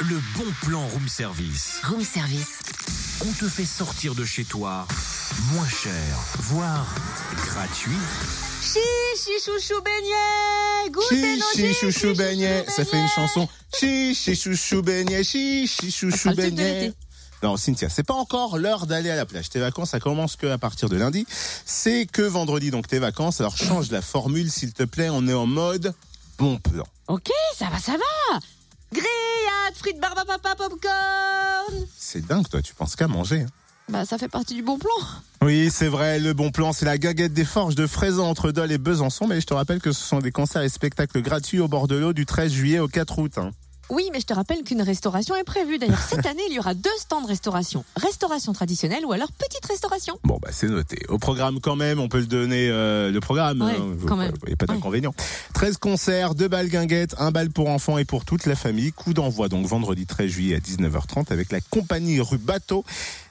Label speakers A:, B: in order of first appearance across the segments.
A: Le bon plan room service.
B: Room service.
A: On te fait sortir de chez toi moins cher, voire gratuit.
C: Chichi chouchou beignet Goûtez nos
D: Chichi
C: chichi
D: chouchou beignet, ça fait une chanson. Chichi chouchou beignet, chichi chouchou
C: le truc de
D: beignet.
C: l'été.
D: Non, Cynthia, c'est pas encore l'heure d'aller à la plage. Tes vacances, ça commence que à partir de lundi. C'est que vendredi, donc tes vacances. Alors change la formule, s'il te plaît. On est en mode bon plan.
C: Ok, ça va, ça va Grillade, frites, barbe à papa, popcorn
D: C'est dingue, toi. Tu penses qu'à manger. hein.
C: Bah ça fait partie du bon plan
D: Oui, c'est vrai, le bon plan, c'est la gaguette des forges de Fraisan entre Dole et Besançon, mais je te rappelle que ce sont des concerts et spectacles gratuits au bord de l'eau du 13 juillet au 4 août. hein.
C: Oui, mais je te rappelle qu'une restauration est prévue. D'ailleurs, cette année, il y aura deux stands de restauration. Restauration traditionnelle ou alors petite restauration.
D: Bon, bah c'est noté. Au programme quand même, on peut le donner, euh, le programme,
C: Ouais,
D: vous-
C: quand même.
D: vous voyez pas
C: Ouais.
D: d'inconvénient. 13 concerts, 2 balles guinguettes, 1 bal pour enfants et pour toute la famille. Coup d'envoi donc vendredi 13 juillet à 19h30 avec la compagnie Rue Bateau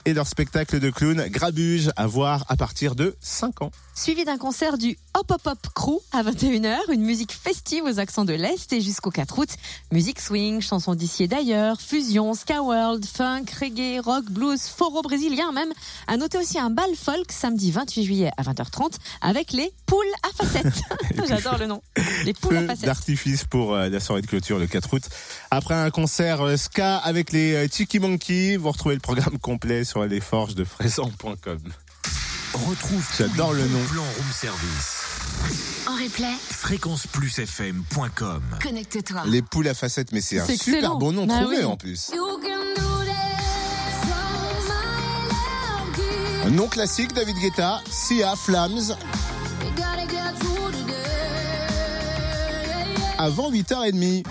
D: et leur spectacle de clown Grabuge à voir à partir de 5 ans.
C: Suivi d'un concert du Hop Hop Hop Crew à 21h, une musique festive aux accents de l'Est et jusqu'au 4 août. Musique swing, chansons d'ici et d'ailleurs, fusion, ska world, funk, reggae, rock, blues, foro brésilien même. À noter aussi un bal folk samedi 28 juillet à 20h30 avec les poules à facettes. J'adore le nom. Les poules à
D: feu
C: facettes.
D: d'artifice pour euh, la soirée de clôture le 4 août. Après un concert euh, ska avec les euh, Tiki Monkey, vous retrouvez le programme complet sur lesforgesdefraisan.com.
A: Retrouve tous
D: J'adore
A: les
D: le
A: bons
D: nom.
A: plans room service.
B: En replay,
A: fréquenceplusfm.com
B: connecte-toi.
D: Les poules à facettes, mais c'est un
C: Ah. C'est
D: super
C: excellent.
D: bon nom
C: Bah
D: trouvé
C: oui.
D: en plus.
E: You can do this. I
D: Un
E: love
D: nom classique, David Guetta, Sia Flams.
E: you. We gotta get through today.
D: Avant 8h30.